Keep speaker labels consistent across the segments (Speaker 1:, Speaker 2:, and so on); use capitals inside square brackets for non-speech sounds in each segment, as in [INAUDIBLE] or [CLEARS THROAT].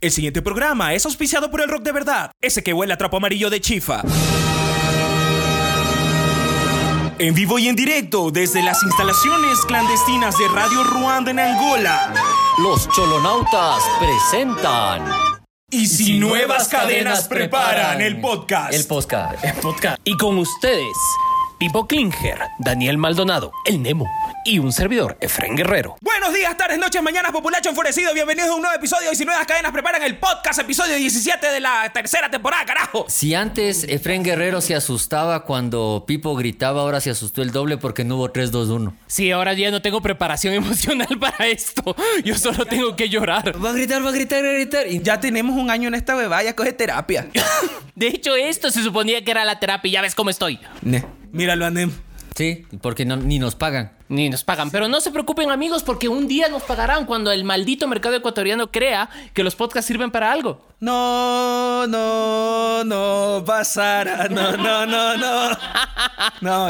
Speaker 1: El siguiente programa es auspiciado por el rock de verdad, ese que huele a trapo amarillo de chifa. En vivo y en directo desde las instalaciones clandestinas de Radio Ruanda en Angola.
Speaker 2: Los Cholonautas presentan
Speaker 1: Y si, nuevas cadenas preparan el podcast.
Speaker 2: El podcast.
Speaker 3: Podcast. Y con ustedes, Pipo Klinger, Daniel Maldonado, el Nemo y un servidor, Efren Guerrero.
Speaker 1: Buenos días, tardes, noches, mañanas, populacho enfurecido. Bienvenidos a un nuevo episodio. Y si nuevas cadenas preparan el podcast, episodio 17 de la tercera temporada, carajo.
Speaker 2: Si antes Efren Guerrero se asustaba cuando Pipo gritaba, ahora se asustó el doble porque no hubo 3, 2, 1.
Speaker 3: Sí, ahora ya no tengo preparación [LAUGHS] emocional para esto. Yo solo tengo que llorar.
Speaker 2: Va a gritar, va a gritar, va a gritar. Y
Speaker 4: Ya tenemos un año en esta bebada, ya
Speaker 1: [LAUGHS]
Speaker 4: coge terapia.
Speaker 3: De hecho, esto se suponía que era la terapia y ya ves cómo estoy.
Speaker 4: Ne.
Speaker 1: Míralo, Anem.
Speaker 2: Sí, porque no- ni nos pagan.
Speaker 3: Ni nos pagan. Pero no se preocupen, amigos, porque un día nos pagarán cuando el maldito mercado ecuatoriano crea que los podcasts sirven para algo.
Speaker 4: No, no, no pasará. No, no, no, no. No,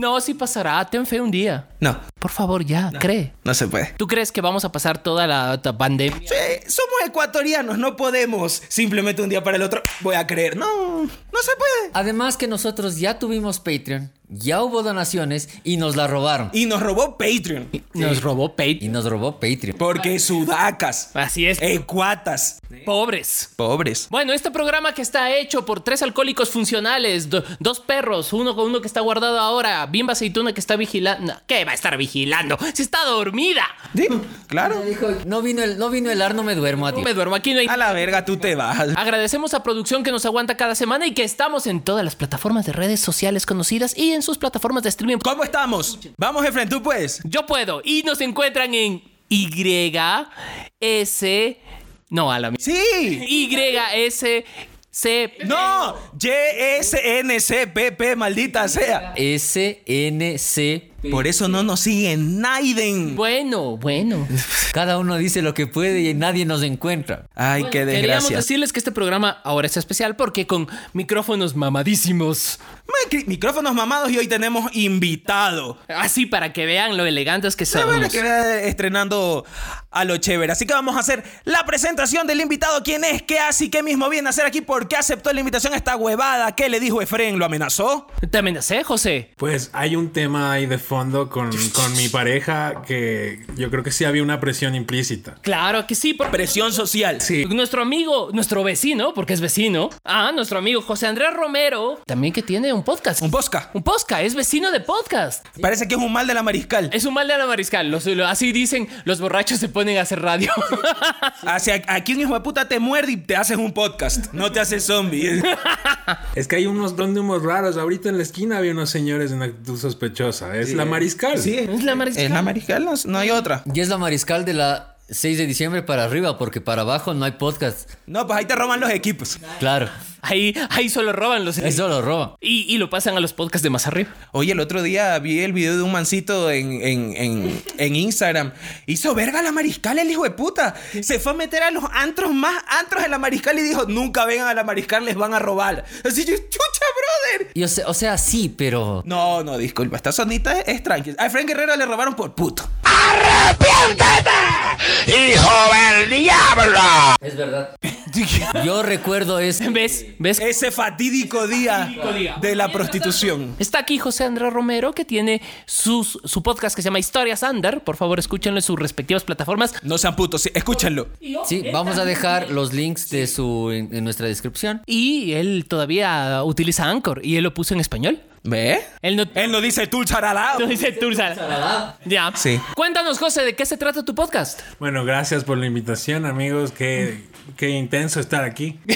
Speaker 3: No, sí pasará. Ten fe un día.
Speaker 4: no,
Speaker 3: Por favor, ya, cree.
Speaker 4: no se puede.
Speaker 3: ¿Tú crees que vamos a pasar toda la la pandemia?
Speaker 4: Sí, somos ecuatorianos, no podemos simplemente un día para el otro. Voy a creer. No, no se puede.
Speaker 2: Además que nosotros ya tuvimos Patreon, ya hubo donaciones y nos la robaron.
Speaker 4: Y nos robó Patreon.
Speaker 3: Nos robó
Speaker 2: Y
Speaker 3: Patreon.
Speaker 2: nos robó Patreon.
Speaker 4: Porque sudacas,
Speaker 3: Así es.
Speaker 4: ecuatas,
Speaker 3: Pobres.
Speaker 4: pobres.
Speaker 3: Bueno, este programa que está hecho por tres alcohólicos funcionales, do- dos perros, uno con uno que está guardado ahora, Bimba Aceituna que está vigilando. ¿Qué va a estar vigilando? ¡Se está dormida!
Speaker 4: Sí, claro.
Speaker 2: No vino el, no vino el ar, no me duermo a
Speaker 3: No me duermo, aquí no hay.
Speaker 4: A la verga, tú te vas.
Speaker 3: Agradecemos a producción que nos aguanta cada semana y que estamos en todas las plataformas de redes sociales conocidas y en sus plataformas de streaming.
Speaker 4: ¿Cómo estamos? Vamos, Efren, tú puedes.
Speaker 3: Yo puedo. Y nos encuentran en Y S. No, a la mierda.
Speaker 4: Sí.
Speaker 3: Y S C.
Speaker 4: No, YSNCPP, maldita sea.
Speaker 2: SNC.
Speaker 4: Por eso no nos siguen, Naiden.
Speaker 3: Bueno, bueno.
Speaker 2: Cada uno dice lo que puede y nadie nos encuentra.
Speaker 4: Ay, qué
Speaker 3: Queríamos
Speaker 4: desgracia.
Speaker 3: decirles que este programa ahora es especial porque con micrófonos mamadísimos.
Speaker 4: Micri- Micrófonos mamados y hoy tenemos invitado.
Speaker 3: Así para que vean lo elegantes que
Speaker 4: La
Speaker 3: somos.
Speaker 4: verdad que va estrenando a lo chévere. Así que vamos a hacer la presentación del invitado. ¿Quién es? ¿Qué hace? ¿Y qué mismo viene a hacer aquí? ¿Por qué aceptó la invitación a esta huevada? ¿Qué le dijo Efren? ¿Lo amenazó?
Speaker 3: Te amenacé, ¿eh, José.
Speaker 5: Pues hay un tema ahí de fondo con, con mi pareja que yo creo que sí había una presión implícita.
Speaker 3: Claro que sí, porque
Speaker 4: Presión social.
Speaker 5: Sí.
Speaker 3: nuestro amigo, nuestro vecino, porque es vecino. Ah, nuestro amigo José Andrés Romero, también que tiene un podcast.
Speaker 4: Un posca.
Speaker 3: Un podcast, es vecino de podcast.
Speaker 4: Parece que es un mal de la mariscal.
Speaker 3: Es un mal de la mariscal. los- lo- así dicen, los borrachos se ponen a hacer radio.
Speaker 4: Hacia aquí un hijo de puta te muerde y te haces un podcast. No te haces zombie.
Speaker 5: Es que hay unos don de humos raros. Ahorita en la esquina había unos señores en actitud sospechosa. Es la mariscal.
Speaker 4: Sí,
Speaker 3: es la mariscal.
Speaker 4: Es la mariscal, no, no hay otra.
Speaker 2: Y es la mariscal de la 6 de diciembre para arriba, porque para abajo no hay podcast.
Speaker 4: No, pues ahí te roban los equipos.
Speaker 2: Claro,
Speaker 3: Ahí, ahí solo roban los.
Speaker 2: eso lo roba.
Speaker 3: Y, y lo pasan a los podcasts de más arriba.
Speaker 4: Oye, el otro día vi el video de un mancito en, en, en, en Instagram. Hizo verga a la mariscal, el hijo de puta. Se fue a meter a los antros más antros de la mariscal y dijo: Nunca vengan a la mariscal, les van a robar. Así yo, chucha, brother.
Speaker 2: Y o, sea, o sea, sí, pero.
Speaker 4: No, no, disculpa, esta sonita es, es tranquila. A Frank Guerrero le robaron por puto.
Speaker 2: Es verdad. Yo recuerdo es.
Speaker 3: ¿Ves? ¿Ves?
Speaker 4: Ese fatídico día
Speaker 3: día.
Speaker 4: de la prostitución.
Speaker 3: Está aquí José Andrés Romero, que tiene sus, su podcast que se llama Historias Under. Por favor, escúchenlo en sus respectivas plataformas.
Speaker 4: No sean putos, sí, escúchenlo.
Speaker 2: Sí, vamos a dejar los links de su en, en nuestra descripción.
Speaker 3: Y él todavía utiliza Anchor y él lo puso en español.
Speaker 4: ¿Ve?
Speaker 3: Él no.
Speaker 4: Él no dice tú, charalao.
Speaker 3: no [LAUGHS] dice Tursal. Ya.
Speaker 4: Sí.
Speaker 3: Cuéntanos, José, ¿de qué se trata tu podcast?
Speaker 5: Bueno, gracias por la invitación, amigos. Qué, qué intenso estar aquí.
Speaker 3: [LAUGHS]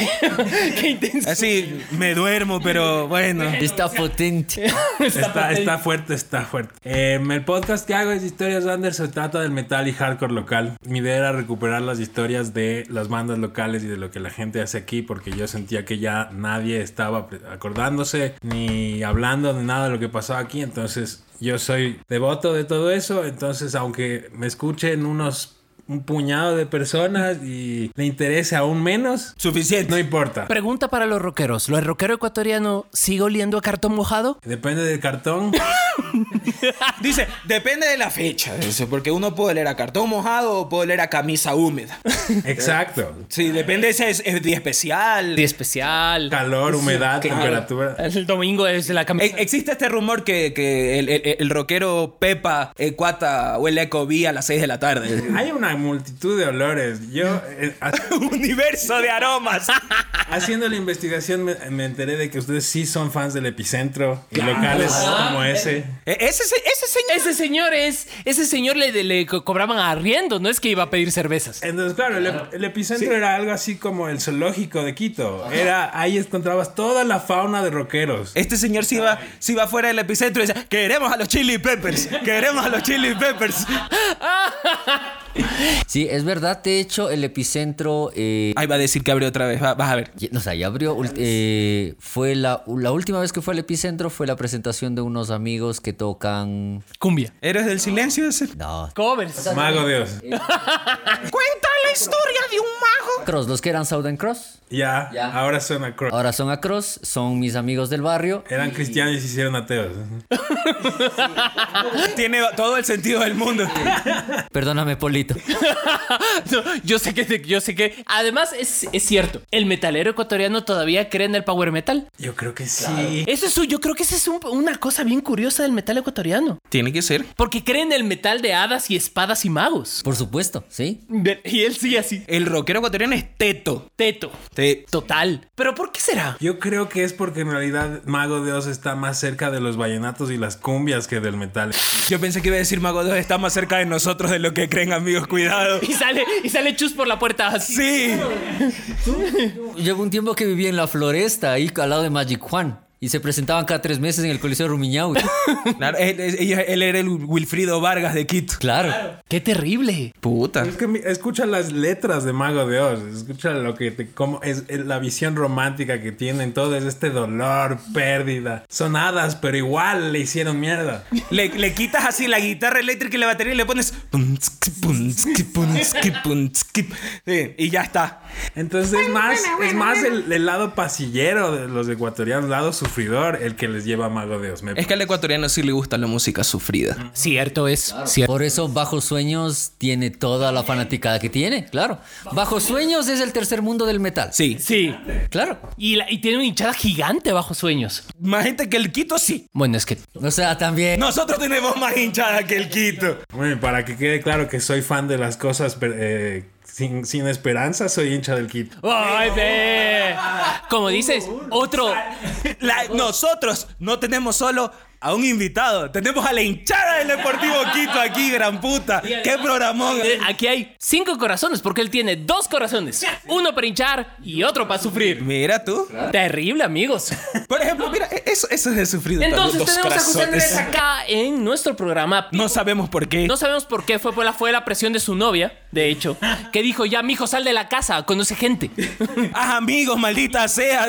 Speaker 3: qué intenso.
Speaker 4: Así me duermo, pero bueno.
Speaker 2: Está potente.
Speaker 5: Está, está fuerte, está fuerte. Eh, el podcast que hago es Historias Under. Se trata del metal y hardcore local. Mi idea era recuperar las historias de las bandas locales y de lo que la gente hace aquí, porque yo sentía que ya nadie estaba pre- acordándose ni hablando de nada de lo que pasaba aquí. Entonces, yo soy devoto de todo eso. Entonces, aunque me escuchen unos un puñado de personas y le interese aún menos, no
Speaker 4: Suficiente.
Speaker 5: importa.
Speaker 3: Pregunta para los rockeros. ¿Lo el rockero ecuatoriano sigue oliendo a cartón mojado?
Speaker 5: [LAUGHS] Depende del cartón.
Speaker 4: Dice, depende de la fecha. Dice, porque uno puede leer a cartón mojado o puede leer a camisa húmeda.
Speaker 5: Exacto.
Speaker 4: Sí, depende si es, es día especial. E,
Speaker 3: Día especial.
Speaker 5: Calor, humedad,
Speaker 3: Claro.
Speaker 5: temperatura.
Speaker 3: El domingo es la
Speaker 4: E-
Speaker 3: camisa.
Speaker 4: Existe este rumor que, que el, el- el rockero Pepa eh, cuata huele a Ecovía a las 6 de la tarde. [LAUGHS]
Speaker 5: Hay una multitud de olores. Yo, eh, ha-
Speaker 4: Universo de aromas.
Speaker 5: haciendo la investigación, me, me enteré de que ustedes sí son fans del epicentro y locales como ese.
Speaker 4: E- ese, se- ese señor.
Speaker 3: Ese señor es. Ese señor le, le co- cobraban arriendo, no es que iba a pedir [LAUGHS] cervezas.
Speaker 5: Entonces, claro, el, el epicentro era algo así como el zoológico de Quito. Era, ahí encontrabas toda la fauna de rockeros.
Speaker 4: Este señor si va, si va fuera del epicentro y dice, queremos a los chili peppers, queremos a los chili peppers.
Speaker 2: Sí, es verdad, de hecho, el epicentro. eh,
Speaker 4: Ahí va a decir que abrió otra vez, va- vas a ver.
Speaker 2: ya- o sea, ya abrió. ul- eh, fue la, la última vez que fue al epicentro fue la presentación de unos amigos que tocan.
Speaker 3: Cumbia.
Speaker 4: ¿Eres del silencio? ese?
Speaker 2: No. Eh,
Speaker 3: Covers.
Speaker 5: Mago Dios.
Speaker 4: Cuenta la historia de un mago.
Speaker 2: Cross, los que eran Southern Cross.
Speaker 5: Ya,
Speaker 2: Ya.
Speaker 5: ahora suena cross.
Speaker 2: Ahora son a Cross, son mis amigos del barrio.
Speaker 5: Eran cristianos y se hicieron ateos.
Speaker 4: Tiene todo el sentido del mundo.
Speaker 2: Perdóname, Polito.
Speaker 3: [LAUGHS] No, yo sé que, te- yo sé que. Además, es, es cierto. El metalero ecuatoriano todavía cree en el power metal.
Speaker 5: Yo creo que sí.
Speaker 3: Eso es, un- yo creo que esa es un- una cosa bien curiosa del metal ecuatoriano.
Speaker 4: Tiene que ser.
Speaker 3: Porque cree en el metal de hadas y espadas y magos.
Speaker 2: Por supuesto, ¿sí?
Speaker 3: De- Y él sigue así.
Speaker 4: El rockero ecuatoriano es teto.
Speaker 3: Teto.
Speaker 4: Te-
Speaker 3: Total. ¿Pero por qué será?
Speaker 5: Yo creo que es porque en realidad Mago Dios está más cerca de los vallenatos y las cumbias que del metal.
Speaker 4: Yo pensé que iba a decir Mago 2 está más cerca de nosotros de lo que creen, amigos. Cuidado.
Speaker 3: Y sale, y sale Chus por la puerta así.
Speaker 4: Sí.
Speaker 2: Llevo un tiempo que viví en la floresta, ahí al lado de Magic Juan. Y se presentaban cada tres meses en el Coliseo Rumiñahui. [LAUGHS]
Speaker 4: Claro, él, él- él era el Wilfrido Vargas de Quito.
Speaker 2: Claro.
Speaker 3: Qué terrible.
Speaker 4: Puta.
Speaker 5: Es que mi- escucha las letras de Mago Dios, escucha lo que te, cómo es, es la visión romántica que tienen, todo es este dolor, pérdida. Son hadas, pero igual le hicieron mierda.
Speaker 4: Le, le quitas así la guitarra eléctrica y la batería y le pones. pum, tski, pum, tski, pum, tski, pum, tski. Sí, y ya está.
Speaker 5: Entonces es más, es más el, el lado pasillero de los ecuatorianos, el lado sufridor, el que les lleva a Mago Dios. Me-
Speaker 4: que al ecuatoriano sí le gusta la música sufrida.
Speaker 3: Cierto es. Cierto.
Speaker 2: Por eso Bajo Sueños tiene toda la fanaticada que tiene, claro. Bajo Sueños es el tercer mundo del metal.
Speaker 4: Sí.
Speaker 3: Sí.
Speaker 2: Claro.
Speaker 3: Y, la- y tiene una hinchada gigante bajo sueños.
Speaker 4: Más gente que el Quito, sí.
Speaker 3: Bueno, es que.
Speaker 2: O sea, también.
Speaker 4: Nosotros tenemos más hinchada que el Quito.
Speaker 5: Bueno, y para que quede claro que soy fan de las cosas per- eh, sin, sin esperanza, soy hincha del kit.
Speaker 3: ¡Ay, ve! Como dices, otro.
Speaker 4: La- nosotros no tenemos solo a un invitado, tenemos a la hinchada del Deportivo Quito aquí, gran puta. ¡Qué programón!
Speaker 3: Eh, Aquí hay cinco corazones porque él tiene dos corazones. Uno para hinchar y otro para sufrir.
Speaker 4: Mira tú.
Speaker 3: Terrible, amigos.
Speaker 4: Por ejemplo, mira, e-, eso, eso es de sufrido.
Speaker 3: Entonces
Speaker 4: Los
Speaker 3: tenemos a José Andrés
Speaker 4: corazones.
Speaker 3: acá en nuestro programa.
Speaker 4: No sabemos por qué.
Speaker 3: No sabemos por qué fue, fue la, fue la presión de su novia, de hecho, que dijo, ya, mijo, sal de la casa, conoce gente.
Speaker 4: Ah, amigos, maldita sea.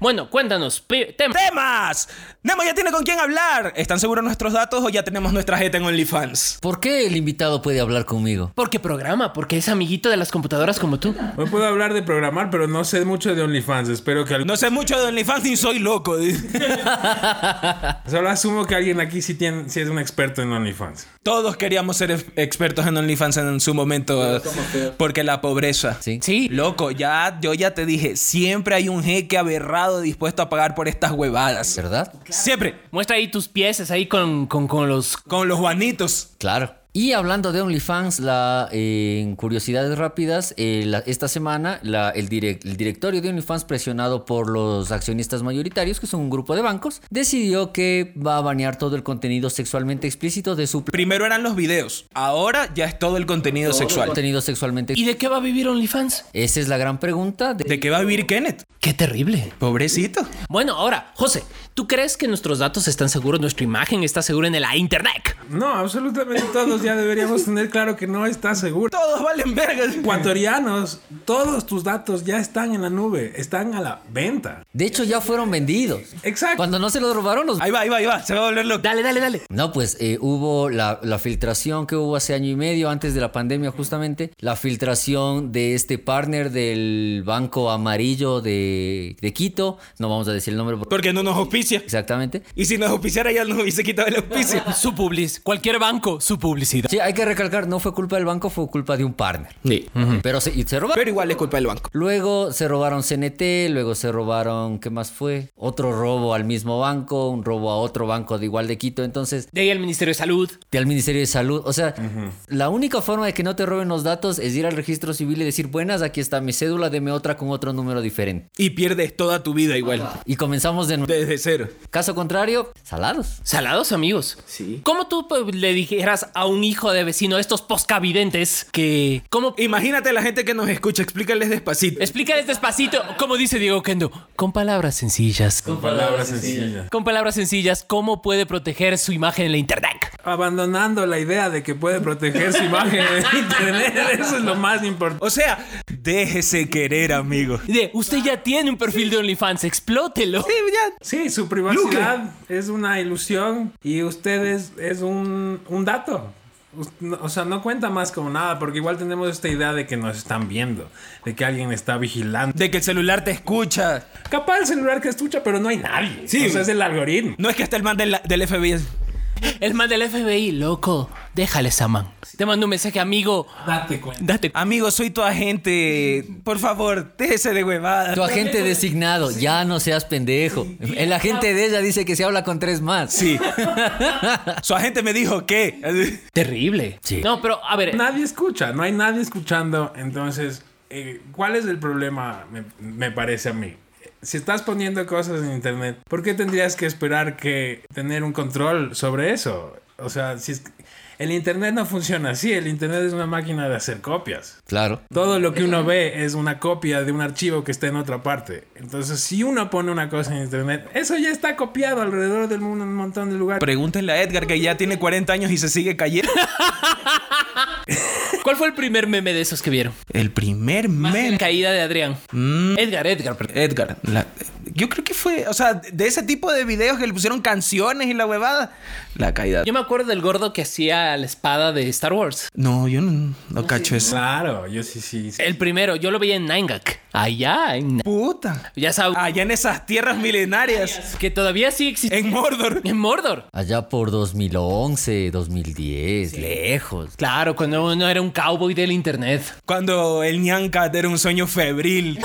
Speaker 3: Bueno, cuéntanos, pe- tema.
Speaker 4: ¡Temas! Nemo ya tiene con quién hablar. ¿Están seguros nuestros datos o ya tenemos nuestra jeta en OnlyFans?
Speaker 2: ¿Por qué el invitado puede hablar conmigo?
Speaker 3: Porque programa, porque es amiguito de las computadoras como tú.
Speaker 5: Hoy puedo hablar de programar, pero no sé mucho de OnlyFans. Espero que... al-
Speaker 4: No sé mucho de OnlyFans ni soy loco.
Speaker 5: Solo asumo que alguien aquí sí, tiene, sí es un experto en OnlyFans.
Speaker 4: Todos queríamos ser ex- expertos en OnlyFans en su momento eh, porque la pobreza.
Speaker 2: Sí.
Speaker 3: Sí,
Speaker 4: Loco, ya yo ya te dije, siempre hay un jeque aberrado dispuesto a pagar por estas huevadas.
Speaker 2: ¿Verdad?
Speaker 4: Siempre.
Speaker 3: muestra ahí tus piezas, ahí con, con, con los...
Speaker 4: Con los Juanitos.
Speaker 2: Claro. Y hablando de OnlyFans, la, eh, en curiosidades rápidas, eh, la- esta semana la- el, direc- el directorio de OnlyFans, presionado por los accionistas mayoritarios, que son un grupo de bancos, decidió que va a banear todo el contenido sexualmente explícito de su
Speaker 4: Primero eran los videos, ahora ya es todo el contenido sexual.
Speaker 2: contenido sexualmente
Speaker 3: ¿Y de qué va a vivir OnlyFans?
Speaker 2: Esa es la gran pregunta. de-
Speaker 4: ¿De qué va a vivir Kenneth?
Speaker 3: Qué terrible.
Speaker 4: Pobrecito.
Speaker 3: Bueno, ahora, José, ¿tú crees que nuestros datos están seguros, nuestra imagen está segura en la internet?
Speaker 5: No, absolutamente todo todos ya deberíamos tener claro que no está seguro.
Speaker 4: Todos valen vergas.
Speaker 5: Ecuatorianos, todos tus datos ya están en la nube, están a la venta.
Speaker 2: De hecho, ya fueron vendidos.
Speaker 5: Exacto.
Speaker 2: Cuando no se los robaron, los
Speaker 4: Ahí va, ahí va, ahí va. Se va a volver loco.
Speaker 3: Dale, dale, dale.
Speaker 2: No, pues eh, hubo la, la filtración que hubo hace año y medio, antes de la pandemia justamente, la filtración de este partner del Banco Amarillo de, de Quito, no vamos a decir el nombre porque-
Speaker 4: Porque no nos auspicia.
Speaker 2: exactamente.
Speaker 4: Y si nos auspiciara ya nos hubiese quitado el
Speaker 3: [LAUGHS]
Speaker 4: auspicio.
Speaker 3: Su publicidad. Cualquier banco, su publicidad.
Speaker 2: Sí, hay que recalcar, no fue culpa del banco, fue culpa de un partner. Pero se, y se robaron.
Speaker 4: Pero igual es culpa del banco.
Speaker 2: Luego se robaron CNT, luego se robaron, ¿qué más fue? Otro robo al mismo banco, un robo a otro banco de igual de Quito. Entonces,
Speaker 3: De ahí al Ministerio de Salud.
Speaker 2: de al Ministerio de Salud. O sea, la única forma de que no te roben los datos es ir al registro civil y decir, buenas, aquí está mi cédula, deme otra con otro número diferente.
Speaker 4: Y pierdes toda tu vida igual.
Speaker 2: Y comenzamos de nuevo.
Speaker 4: Desde cero.
Speaker 2: Caso contrario, salados.
Speaker 3: Salados amigos.
Speaker 4: Sí.
Speaker 3: ¿Cómo tú pues, le dijeras a un hijo de vecino de estos poscavidentes que... ¿Cómo?
Speaker 4: Imagínate la gente que nos escucha. Explícales despacito.
Speaker 3: Explícales despacito, como dice Diego Kendo, con palabras sencillas.
Speaker 5: Con palabras sencillas.
Speaker 3: Con palabras sencillas, ¿cómo puede proteger su imagen en la internet?
Speaker 5: Abandonando la idea de que puede proteger su imagen de internet. Eso es lo más importante.
Speaker 4: O sea, déjese querer, amigo.
Speaker 3: De, usted ya tiene un perfil de OnlyFans, explótelo.
Speaker 4: Sí, ya.
Speaker 5: Sí, su privacidad es una ilusión y ustedes es un, un dato. Us- no- O sea, no cuenta más como nada, porque igual tenemos esta idea de que nos están viendo, de que alguien está vigilando.
Speaker 4: De que el celular te escucha.
Speaker 5: Capaz el celular que escucha, pero no hay nadie.
Speaker 4: Sí.
Speaker 5: Sí. O sea, es el algoritmo.
Speaker 4: No es que hasta el man del, del FBI.
Speaker 3: El man del FBI, loco, déjale esa man. Te mando un mensaje, amigo,
Speaker 5: Date cuenta.
Speaker 3: date...
Speaker 4: Amigo, soy tu agente. Por favor, déjese de huevada.
Speaker 2: Tu agente designado, ya no seas pendejo. El agente de ella dice que se habla con tres más.
Speaker 4: Sí. Su agente me dijo que.
Speaker 3: Terrible.
Speaker 2: Sí.
Speaker 3: No, pero, a ver,
Speaker 5: Nadie escucha, no hay nadie escuchando. Entonces, eh, ¿cuál es el problema? Me, me parece a mí. Si estás poniendo cosas en internet, ¿por qué tendrías que esperar que tener un control sobre eso? O sea, si es- el internet no funciona así, el internet es una máquina de hacer copias.
Speaker 2: Claro.
Speaker 5: Todo lo que uno ve es una copia de un archivo que está en otra parte. Entonces, si uno pone una cosa en internet, eso ya está copiado alrededor del mundo en un montón de lugares.
Speaker 4: Pregúntenle a Edgar que ya tiene 40 años y se sigue cayendo.
Speaker 3: ¿cuál fue el primer meme de esos que vieron?
Speaker 4: El primer
Speaker 3: La
Speaker 4: meme.
Speaker 3: caída de Adrián.
Speaker 5: Mm.
Speaker 3: Edgar, Edgar, perdón.
Speaker 4: Edgar, la- yo creo que fue, o sea, de ese tipo de videos que le pusieron canciones y la huevada, la caída.
Speaker 3: Yo me acuerdo del gordo que hacía la espada de Star Wars.
Speaker 4: No, yo no, no cacho eso.
Speaker 5: Claro, yo sí, sí. sí.
Speaker 3: El primero, yo lo veía en Nangak. Allá, en...
Speaker 4: Puta.
Speaker 3: Ya sabes,
Speaker 4: Allá en esas tierras milenarias,
Speaker 5: Ah.
Speaker 3: que todavía sí existe
Speaker 4: en
Speaker 5: Eh.
Speaker 4: Mordor.
Speaker 3: en Mordor.
Speaker 2: Allá por 2011, 2010, lejos.
Speaker 3: Claro, cuando uno era un cowboy del internet.
Speaker 4: Cuando el ñancat era un sueño febril.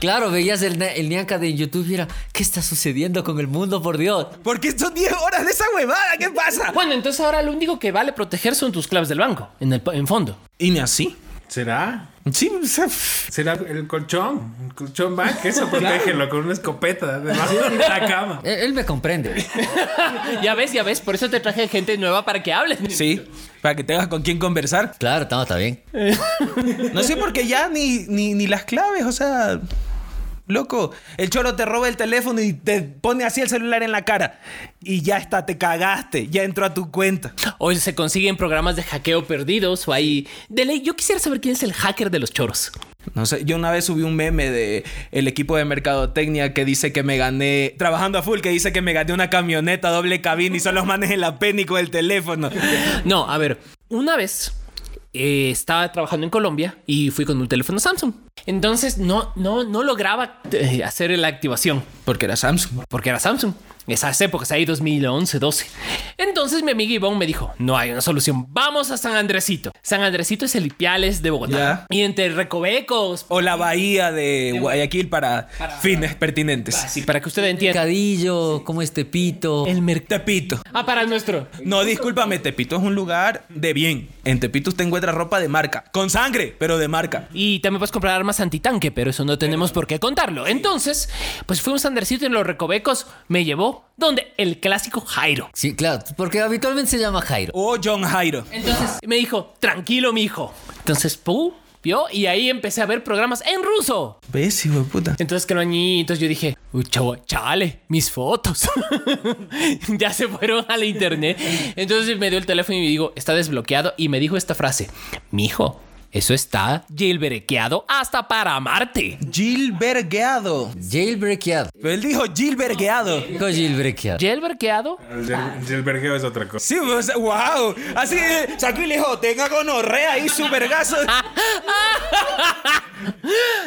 Speaker 2: Claro, veías el, na- el Nianca de YouTube y era, ¿qué está sucediendo con el mundo, por Dios?
Speaker 4: Porque son 10 horas de esa huevada, ¿qué
Speaker 5: Ah.
Speaker 4: pasa?
Speaker 3: Bueno, entonces ahora lo único que vale proteger son tus claves del banco, en, el, en fondo.
Speaker 4: Y ni así.
Speaker 5: ¿Será?
Speaker 4: Sí, o sea,
Speaker 5: Será el colchón, el colchón back, eso protégelo con una escopeta debajo de la cama.
Speaker 2: E, Él, él me comprende.
Speaker 3: [LAUGHS] Ya ves, ya ves, por eso te traje gente nueva para que hables. [LAUGHS]
Speaker 4: sí, para que tengas con quién conversar.
Speaker 2: Claro, no, está bien.
Speaker 4: No sé por qué ya ni, ni, ni las claves, o sea. Loco, el choro te roba el teléfono y te pone así el celular en la cara. Y ya está, te cagaste, ya entró a tu cuenta.
Speaker 3: O se consiguen programas de hackeo perdidos o hay... De ley, yo quisiera saber quién es el hacker de los choros.
Speaker 4: No sé, yo una vez subí un meme de el equipo de mercadotecnia que dice que me gané, trabajando a full, que dice que me gané una camioneta doble cabina y son los manes en la pena y con el teléfono.
Speaker 3: No, a ver, una vez eh, estaba trabajando en Colombia y fui con un teléfono Samsung. Entonces no, no, no lograba eh, hacer la activación
Speaker 4: Porque era Samsung.
Speaker 3: porque era Samsung. Esas épocas ahí 2011, 12. Entonces mi amiga Ivonne me dijo, no hay una solución, vamos a San Andresito. San Andresito es el Ipiales de Bogotá. Y entre recovecos,
Speaker 4: O la bahía de Guayaquil para, fines pertinentes.
Speaker 3: así para que usted entienda.
Speaker 2: Mercadillo, como este pito.
Speaker 3: El mercado.
Speaker 4: Tepito.
Speaker 3: Ah, para el nuestro.
Speaker 4: No, discúlpame, Tepito es un lugar de bien. En Tepito usted encuentra ropa de marca. Con sangre, pero de marca.
Speaker 3: Y también puedes comprar armas antitanque, pero eso no tenemos por qué contarlo. Entonces, pues fue un Sandercito en los recovecos, me llevó donde el clásico Jairo.
Speaker 2: Sí, claro, porque habitualmente se llama Jairo.
Speaker 4: O John Jairo.
Speaker 3: Entonces me dijo, tranquilo, mijo. Entonces, pu, hypeó y ahí empecé a ver programas en ruso.
Speaker 4: ¿Ves, hijo de puta?
Speaker 3: Entonces, que los añitos, yo dije, "Uy, chavo- chale, mis fotos. [LAUGHS] ya se fueron a la internet. Entonces me dio el teléfono y me digo, está desbloqueado. Y me dijo esta frase, mijo, eso está jailbrequeado hasta para Marte.
Speaker 4: Gilbergueado.
Speaker 2: Jailbreakado.
Speaker 4: Pero él dijo Gilbergueado.
Speaker 2: Dijo jailbreakado.
Speaker 3: ¿Jailbrequeado?
Speaker 5: El, el, el vergueo es otra cosa.
Speaker 4: Sí, o sea, wow. Así eh, sacó y le dijo, tenga gonorrea ahí su vergazo.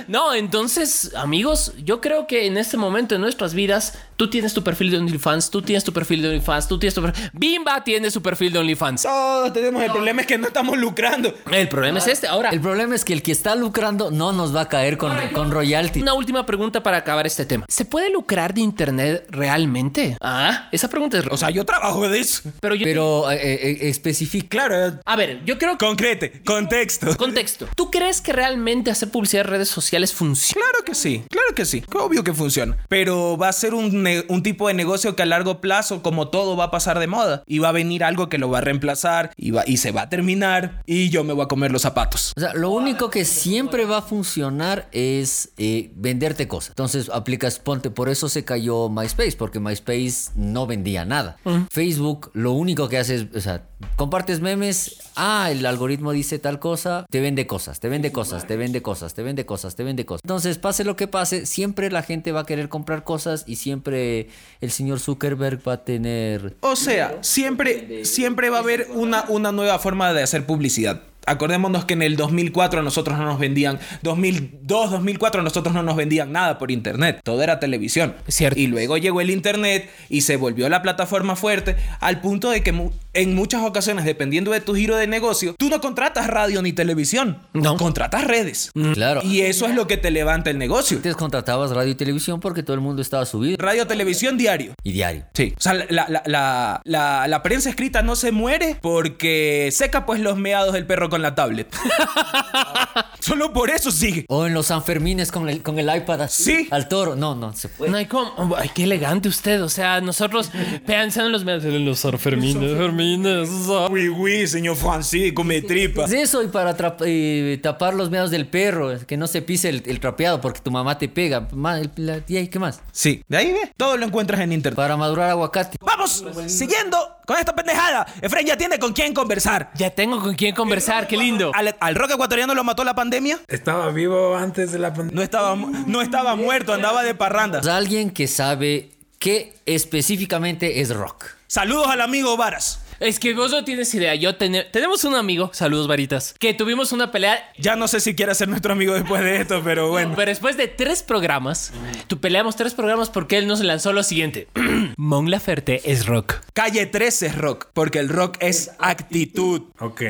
Speaker 3: No, entonces, amigos, yo creo que en este momento en nuestras vidas, tú tienes tu perfil de OnlyFans, tú tienes tu perfil de OnlyFans, tú tienes tu perfil... Bimba tiene su perfil de OnlyFans.
Speaker 4: Todos tenemos el problema es que no estamos lucrando.
Speaker 3: El problema es este. Ahora,
Speaker 2: El problema es que el que está lucrando no nos va a caer con, con royalty.
Speaker 3: Una última pregunta para acabar este tema. ¿Se puede lucrar de internet realmente? Ah, esa pregunta es...
Speaker 4: O sea, yo trabajo de eso.
Speaker 3: pero yo...
Speaker 2: Pero eh, eh, eh, especifica.
Speaker 4: Claro, eh,
Speaker 3: a ver, yo creo que...
Speaker 4: concrete, contexto.
Speaker 3: Contexto. ¿Tú crees que realmente hacer publicidad en redes sociales funciona?
Speaker 4: Claro que sí, claro que sí, obvio que funciona. Pero va a ser un, ne- un tipo de negocio que a largo plazo, como todo, va a pasar de moda. Y va a venir algo que lo va a reemplazar y, va, y se va a terminar. Y yo me voy a comer los zapatos.
Speaker 2: O sea, lo único que siempre va a funcionar es eh, venderte cosas. Entonces aplicas, ponte, por eso se cayó MySpace, porque MySpace no vendía nada. Facebook lo único que hace es, o sea, compartes memes, ah, el algoritmo dice tal cosa, te vende cosas, te vende cosas, te vende cosas, te vende cosas, te vende cosas. Entonces, pase lo que pase, siempre la gente va a querer comprar cosas y siempre el señor Zuckerberg va a tener...
Speaker 4: O sea, siempre, siempre va a haber una, una nueva forma de hacer publicidad. Acordémonos que en el 2004 a nosotros no nos vendían, 2002, 2004 a nosotros no nos vendían nada por internet, todo era televisión.
Speaker 3: Es cierto.
Speaker 4: Y luego llegó el internet y se volvió la plataforma fuerte al punto de que mu- en muchas ocasiones, dependiendo de tu giro de negocio, tú no contratas radio ni televisión,
Speaker 3: No.
Speaker 4: contratas redes.
Speaker 2: Claro.
Speaker 4: Y eso es lo que te levanta el negocio.
Speaker 2: Antes contratabas radio y televisión porque todo el mundo estaba subido
Speaker 4: Radio, televisión, diario.
Speaker 2: y diario.
Speaker 4: Sí. O sea, la, la- la- la- la prensa escrita no se muere porque seca pues los meados del perro con la tablet. [LAUGHS] Solo por eso sigue.
Speaker 2: O en los Sanfermines con el, con el iPad así,
Speaker 4: Sí.
Speaker 2: al toro. No, no se puede.
Speaker 3: No hay como... oh, Ay, qué elegante usted. O sea, nosotros [LAUGHS] pensando en los... En los Sanfermines, Fermines, San-
Speaker 4: Oui, oui, señor Francisco, me tripa.
Speaker 2: Es eso y para atrap- eh, tapar los meados del perro, es que no se pise el, el trapeado porque tu mamá te pega. Ma- el- la- y ahí, ¿Qué más?
Speaker 4: Sí. De ahí ve. Todo lo encuentras en internet.
Speaker 2: Para madurar aguacate.
Speaker 4: Vamos, siguiendo con esta pendejada. Efraín ya tiene con quién conversar.
Speaker 3: Ya tengo con quién conversar, qué lindo.
Speaker 4: ¿Al, al rock ecuatoriano lo mató la pandemia?
Speaker 5: Estaba vivo antes de la pandemia.
Speaker 4: No estaba, mu- no estaba muerto, andaba de parranda.
Speaker 2: Es alguien que sabe qué específicamente es rock.
Speaker 4: Saludos al amigo Varas.
Speaker 3: Es que vos no tienes idea. Yo tene- tenemos un amigo, saludos varitas, que tuvimos una pelea.
Speaker 4: Ya no sé si quiere ser nuestro amigo después de esto, pero bueno.
Speaker 3: Pero después de tres programas, tú peleamos tres programas porque él nos lanzó lo siguiente. [CLEARS THROAT] Mon Laferte es rock.
Speaker 4: Calle 13 es rock, porque el rock es actitud.
Speaker 5: Ok,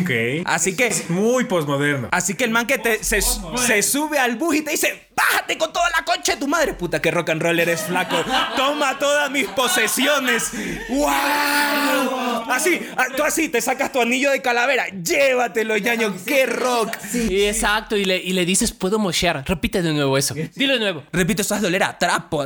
Speaker 5: ok.
Speaker 4: Así que,
Speaker 5: Es muy posmoderno.
Speaker 4: así que el man que te, se, se sube al bus y te dice, bájate con toda la concha de tu madre, puta, que rock and roll eres flaco. Toma todas mis posesiones. ¡Wow! Así, a- tú así, te sacas tu anillo de calavera, llévatelo, ñaño, qué rock.
Speaker 3: Y exacto, y le, y le dices, puedo moshear. Repite de nuevo eso. Dilo de nuevo.
Speaker 4: Repito, eso es doler a trapo.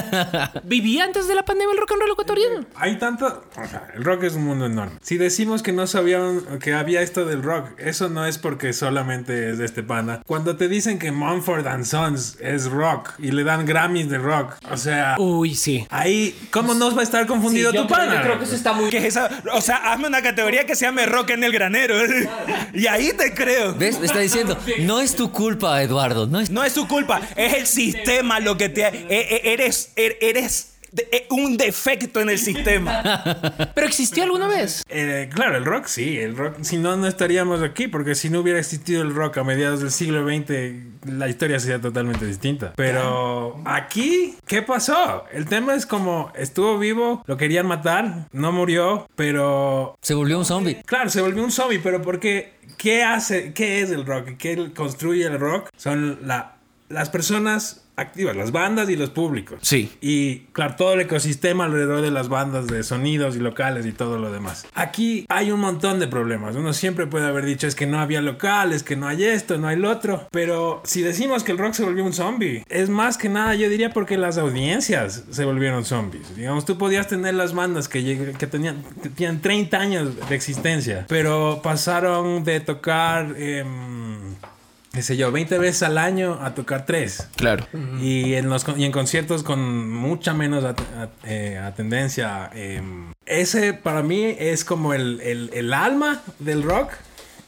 Speaker 4: [LAUGHS]
Speaker 3: ¿Vivía antes de la pandemia el rock and roll ecuatoriano?
Speaker 5: Hay tanto. o sea, el rock es un mundo enorme. Si decimos que no sabían que había esto del rock, eso no es porque solamente es de este pana. Cuando te dicen que Mumford and Sons es rock y le dan Grammys de rock, o sea,
Speaker 3: Uy, sí.
Speaker 5: ahí, ¿cómo nos va a estar confundido tu pana?
Speaker 3: está muy...
Speaker 4: ¿Qué es esa? O sea, hazme una categoría que se llame rock en el granero. [LAUGHS] Y ahí te creo.
Speaker 2: ¿Ves?
Speaker 3: [LAUGHS]
Speaker 2: Está diciendo, no es tu culpa, Eduardo. No es...
Speaker 4: No es su culpa, es el sistema lo que te... e- e- Eres, er- eres de- e- un defecto en el [LAUGHS] sistema.
Speaker 3: ¿Pero existió alguna vez?
Speaker 5: Eh, claro, el rock sí, el rock, si no, no estaríamos aquí, porque si no hubiera existido el rock a mediados del siglo XX, la historia sería totalmente distinta. Pero aquí, ¿qué pasó? El tema es como estuvo vivo, lo querían matar, no murió, pero
Speaker 2: Se volvió un zombie.
Speaker 5: Claro, se volvió un zombie, pero porque ¿qué hace? ¿Qué es el rock? ¿Qué construye el rock? Son la, las personas activas, las bandas y los públicos.
Speaker 4: Sí.
Speaker 5: Y claro, todo el ecosistema alrededor de las bandas de sonidos y locales y todo lo demás. Aquí hay un montón de problemas. Uno siempre puede haber dicho es que no había locales, que no hay esto, no hay lo otro. Pero si decimos que el rock se volvió un zombie, es más que nada, yo diría porque las audiencias se volvieron zombies. Digamos, tú podías tener las bandas que, lleg- que tenían, que tenían 30 años de existencia, pero pasaron de tocar... em, qué sé yo, 20 veces al año a tocar 3.
Speaker 3: Claro.
Speaker 5: Y en, los, con- y en conciertos con mucha menos at- at- eh, atendencia. eh, ese para mí es como el, el- el alma del rock.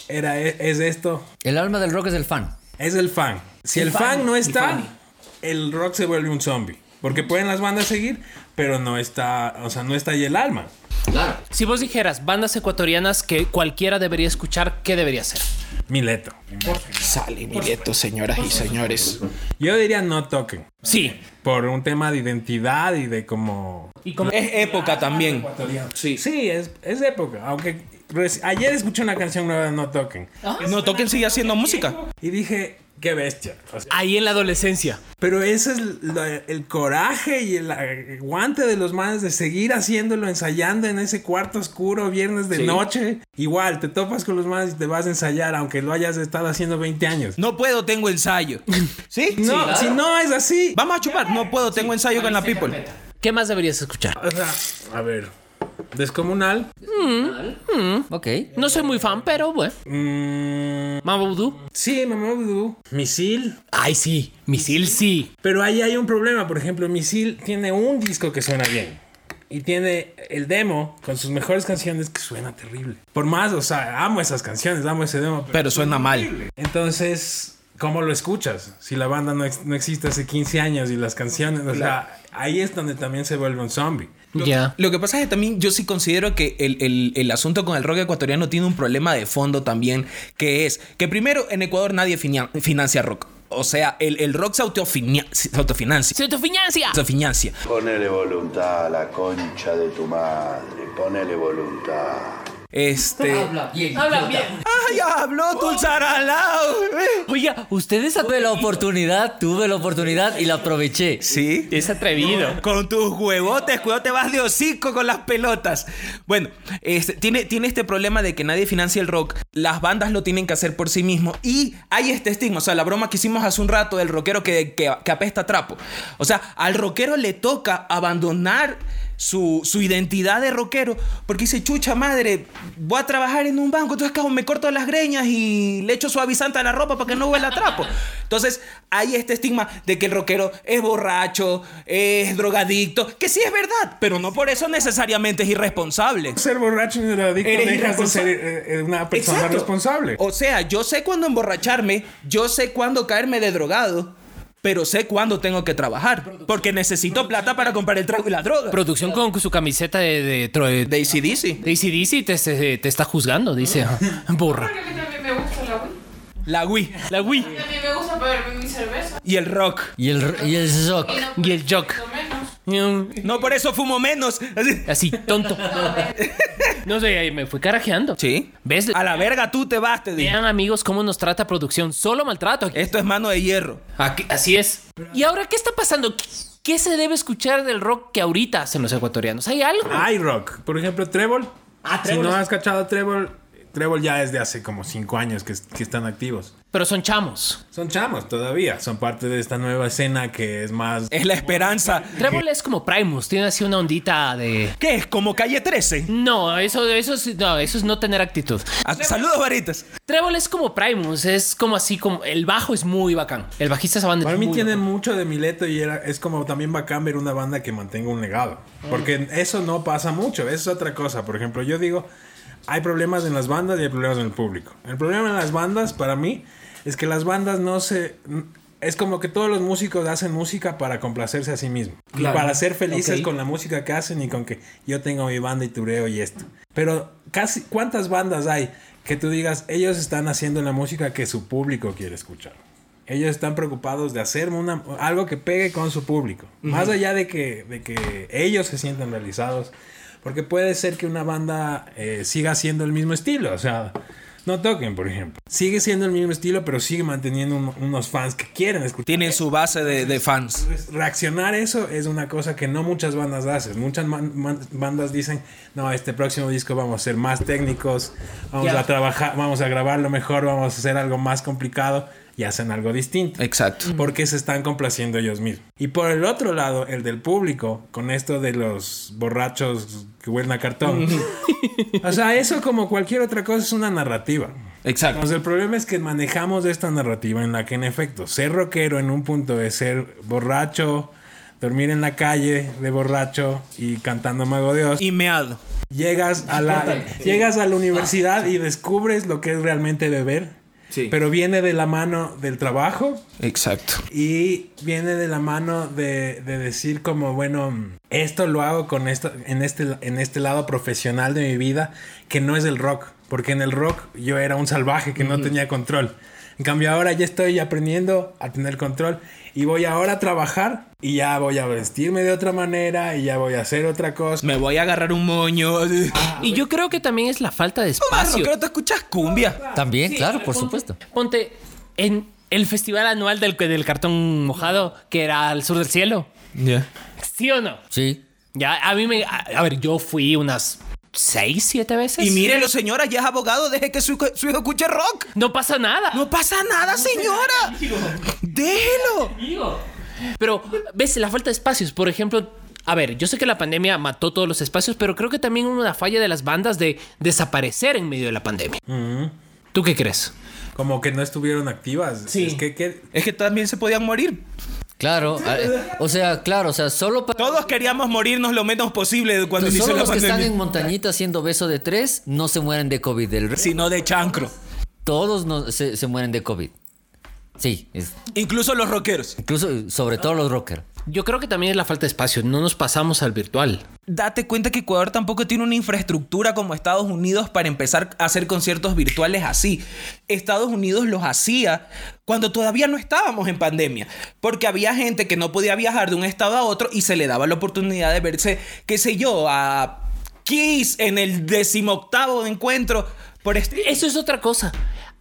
Speaker 5: Era, e- es esto.
Speaker 2: El alma del rock es el fan.
Speaker 5: Es el fan. Si el, fan, no está, el rock se vuelve un zombie. Porque pueden las bandas seguir, pero no está, o sea, no está ahí el alma.
Speaker 3: Si vos dijeras bandas ecuatorianas que cualquiera debería escuchar, ¿qué debería ser?
Speaker 5: Mileto.
Speaker 4: Sale mi nieto, señoras y señores.
Speaker 5: Yo diría no toquen.
Speaker 3: Sí.
Speaker 5: Por un tema de identidad y de como
Speaker 3: Y como
Speaker 4: Es época también.
Speaker 5: Sí, es, es época. Aunque reci- ayer escuché una canción nueva de No Toquen
Speaker 4: No toquen, sigue haciendo música.
Speaker 5: y dije, qué bestia. O sea,
Speaker 3: ahí en la adolescencia.
Speaker 5: pero ese es la- el coraje y el aguante de los manes de seguir haciéndolo, ensayando en ese cuarto oscuro viernes de noche. Igual, te topas con los manes y te vas a ensayar, aunque lo hayas estado haciendo 20 años.
Speaker 4: No puedo, tengo ensayo. ¿Sí?
Speaker 5: No,
Speaker 4: No.
Speaker 5: si no es así.
Speaker 4: Vamos a chupar. No puedo, tengo ensayo con la people.
Speaker 3: ¿Qué más deberías escuchar?
Speaker 5: O sea, a ver. Descomunal.
Speaker 2: Ok.
Speaker 3: No soy muy fan, pero bueno.
Speaker 5: Mm,
Speaker 3: Mambo Voodoo.
Speaker 5: sí, Mamá Voodoo. Misil.
Speaker 3: Ay, sí. Misil, sí.
Speaker 5: Pero ahí hay un problema. Por ejemplo, Misil tiene un disco que suena bien. Y tiene el demo con sus mejores canciones que suena terrible. Por más, o sea, amo esas canciones, amo ese demo. pero-
Speaker 4: Pero suena mal.
Speaker 5: Entonces, ¿cómo lo escuchas? Si la banda no, ex- no existe hace 15 años y las canciones, o sea, ahí es donde también se vuelve un zombie.
Speaker 3: Ya.
Speaker 4: Lo que pasa es que también yo sí considero que el, el- el asunto con el rock ecuatoriano tiene un problema de fondo también, que es que primero en Ecuador nadie finia- financia rock. O sea, el, el rock se autofinia- se autofinancia.
Speaker 3: ¡Se tu financia!
Speaker 4: Se financia.
Speaker 6: Ponele voluntad a la concha de tu madre, ponele voluntad.
Speaker 4: Este.
Speaker 2: bien.
Speaker 3: Habla bien.
Speaker 4: ¡Ay, habló Tulsaralao!
Speaker 3: Oiga, ustedes a-
Speaker 2: Tuve la oportunidad, tuve la oportunidad y la aproveché.
Speaker 4: Sí.
Speaker 3: es atrevido.
Speaker 4: Con tus huevotes, cuidado, te vas de hocico con las pelotas. Bueno, este, tiene, tiene este problema de que nadie financia el rock, las bandas lo tienen que hacer por sí mismos y hay este estigma, o sea, la broma que hicimos hace un rato del rockero que, que, que apesta a trapo. O sea, al rockero le toca abandonar su, su identidad de rockero porque dice, chucha madre, voy a trabajar en un banco, entonces cabrón, me corto las greñas y le echo suavizante a la ropa para que no huela a trapo. Entonces, hay este estigma de que el rockero es borracho, es drogadicto, que sí es verdad, pero no por eso necesariamente es irresponsable.
Speaker 5: Ser borracho y drogadicto
Speaker 4: Eres
Speaker 5: dejas de ser
Speaker 4: irresponsable.
Speaker 5: eh, eh, una persona
Speaker 4: Exacto.
Speaker 5: responsable.
Speaker 4: O sea, yo sé cuándo emborracharme, yo sé cuándo caerme de drogado, pero sé cuándo tengo que trabajar, porque necesito plata para comprar el trago y la droga.
Speaker 3: Producción con su camiseta de, de, tro- de, de,
Speaker 4: Daisy Dizzy.
Speaker 3: ACDC te, te, te está
Speaker 4: [LAUGHS]
Speaker 3: juzgando, dice. Burra.
Speaker 7: Porque a mí también me gusta la Wii.
Speaker 4: La Wii
Speaker 3: La Wii.
Speaker 7: A mí me gusta beberme mi cerveza.
Speaker 4: y el rock.
Speaker 2: Y el, r- y el rock.
Speaker 7: Y, no
Speaker 3: Y el jock.
Speaker 7: lo menos.
Speaker 4: No por eso fumo menos. Así.
Speaker 3: Mm, Así, tonto. No sé, ahí me fui carajeando.
Speaker 4: Sí. Ah,
Speaker 3: ¿Ves?
Speaker 4: A la verga tú te vas, te digo.
Speaker 3: Vean, amigos, cómo nos trata producción. Solo maltrato. aquí.
Speaker 4: Esto es mano de hierro.
Speaker 3: Aquí- así es. ¿Y ahora qué está pasando? ¿Qué, qué se debe escuchar del rock que ahorita hacen los ecuatorianos? ¿Hay algo?
Speaker 5: Hay rock. Por ejemplo, Trébol.
Speaker 4: Ah,
Speaker 5: Si no has cachado Trébol, Trébol ya es de hace como 5 años que, que están activos.
Speaker 3: Pero son chamos.
Speaker 5: Son chamos todavía. Son parte de esta nueva escena que es más.
Speaker 4: Es la esperanza.
Speaker 3: Trébol es como Primus, tiene así una ondita de.
Speaker 4: ¿Qué es? Como calle 13.
Speaker 3: No, eso, eso es, no, eso es no tener actitud.
Speaker 4: Ah, Saludos, varitas.
Speaker 3: Trébol es como Primus, es como así como. El bajo es muy bacán. El bajista de esa banda es
Speaker 5: Para mí
Speaker 3: muy
Speaker 5: tiene
Speaker 3: bacán.
Speaker 5: mucho de Mileto y era- es como también bacán ver una banda que mantenga un legado. Porque eso no pasa mucho, eso es otra cosa. Por ejemplo, yo digo, hay problemas en las bandas y hay problemas en el público. El problema en las bandas, para mí, es que las bandas no se... Es como que todos los músicos hacen música para complacerse a sí mismos. Y para ser felices
Speaker 3: Ok.
Speaker 5: con la música que hacen y con que yo tengo mi banda y tureo y esto. Pero casi, ¿cuántas bandas hay que tú digas, ellos están haciendo la música que su público quiere escuchar? Ellos están preocupados de hacer una, algo que pegue con su público. Más allá de que, de que ellos se sientan realizados. Porque puede ser que una banda eh, siga siendo el mismo estilo. O sea, No toquen, por ejemplo. Sigue siendo el mismo estilo, pero sigue manteniendo un- unos fans que quieren escuchar.
Speaker 4: Tienen su base de, de fans.
Speaker 5: Entonces, reaccionar eso es una cosa que no muchas bandas hacen. Muchas man- man- bandas dicen, no, este próximo disco vamos a ser más técnicos, vamos
Speaker 4: Ya.
Speaker 5: a trabajar, vamos a grabarlo mejor, vamos a hacer algo más complicado y hacen algo distinto.
Speaker 4: Exacto.
Speaker 5: Porque se están complaciendo ellos mismos. Y por el otro lado, el del público, con esto de los borrachos que huelen a cartón. [LAUGHS] o sea, eso como cualquier otra cosa es una narrativa.
Speaker 4: Exacto.
Speaker 5: Pues el problema es que manejamos esta narrativa en la que en efecto ser rockero en un punto es ser borracho, dormir en la calle de borracho y cantando Mago Dios.
Speaker 4: Y meado.
Speaker 5: Llegas a la, llegas a la universidad y descubres lo que es realmente beber.
Speaker 4: Sí.
Speaker 5: Pero viene de la mano del trabajo
Speaker 4: Exacto.
Speaker 5: y viene de la mano de, de decir como, bueno, esto lo hago con esto, en este, en este lado profesional de mi vida, que no es el rock, porque en el rock yo era un salvaje que no tenía control. En cambio ahora ya estoy aprendiendo a tener control y voy ahora a trabajar y ya voy a vestirme de otra manera y ya voy a hacer otra cosa.
Speaker 4: Me voy a agarrar un moño.
Speaker 3: Y yo creo que también es la falta de espacio.
Speaker 4: Oh, Creo que escuchas cumbia.
Speaker 2: También, claro, por supuesto.
Speaker 3: Ponte en el festival anual del, del cartón mojado, que era al sur del cielo. ¿Sí o no?
Speaker 2: Sí.
Speaker 3: Ya, a mí me. A, a ver, yo fui unas seis, siete veces.
Speaker 4: Y mírelo, señora, ya es abogado, deje que su, su hijo escuche rock.
Speaker 3: No pasa nada.
Speaker 4: No pasa nada, señora. Déjelo.
Speaker 3: Pero, ¿ves? La falta de espacios. Por ejemplo, a ver, yo sé que la pandemia mató todos los espacios, pero creo que también hubo una falla de las bandas de desaparecer en medio de la pandemia. ¿Tú qué crees?
Speaker 5: Como que no estuvieron activas.
Speaker 3: Sí.
Speaker 5: Es que, que-
Speaker 4: Es que también se podían morir. [LAUGHS]
Speaker 2: Claro. a- O sea, claro, o sea, solo para.
Speaker 4: Todos queríamos morirnos lo menos posible cuando
Speaker 2: Solo
Speaker 4: inició la
Speaker 2: los que están en
Speaker 4: pandemia.
Speaker 2: montañita haciendo beso de tres no se mueren de COVID. Del resto,
Speaker 4: Sino de chancro.
Speaker 2: todos no- se, se mueren de COVID. Sí, es-
Speaker 4: Incluso los rockeros.
Speaker 2: incluso sobre todo los rockers.
Speaker 3: Yo creo que también es la falta de espacio. No nos pasamos al virtual.
Speaker 4: Date cuenta que Ecuador tampoco tiene una infraestructura como Estados Unidos para empezar a hacer conciertos virtuales así. Estados Unidos los hacía cuando todavía no estábamos en pandemia, porque había gente que no podía viajar de un estado a otro y se le daba la oportunidad de verse, qué sé yo, a Kiss en el decimoctavo encuentro por este...
Speaker 3: Eso es otra cosa.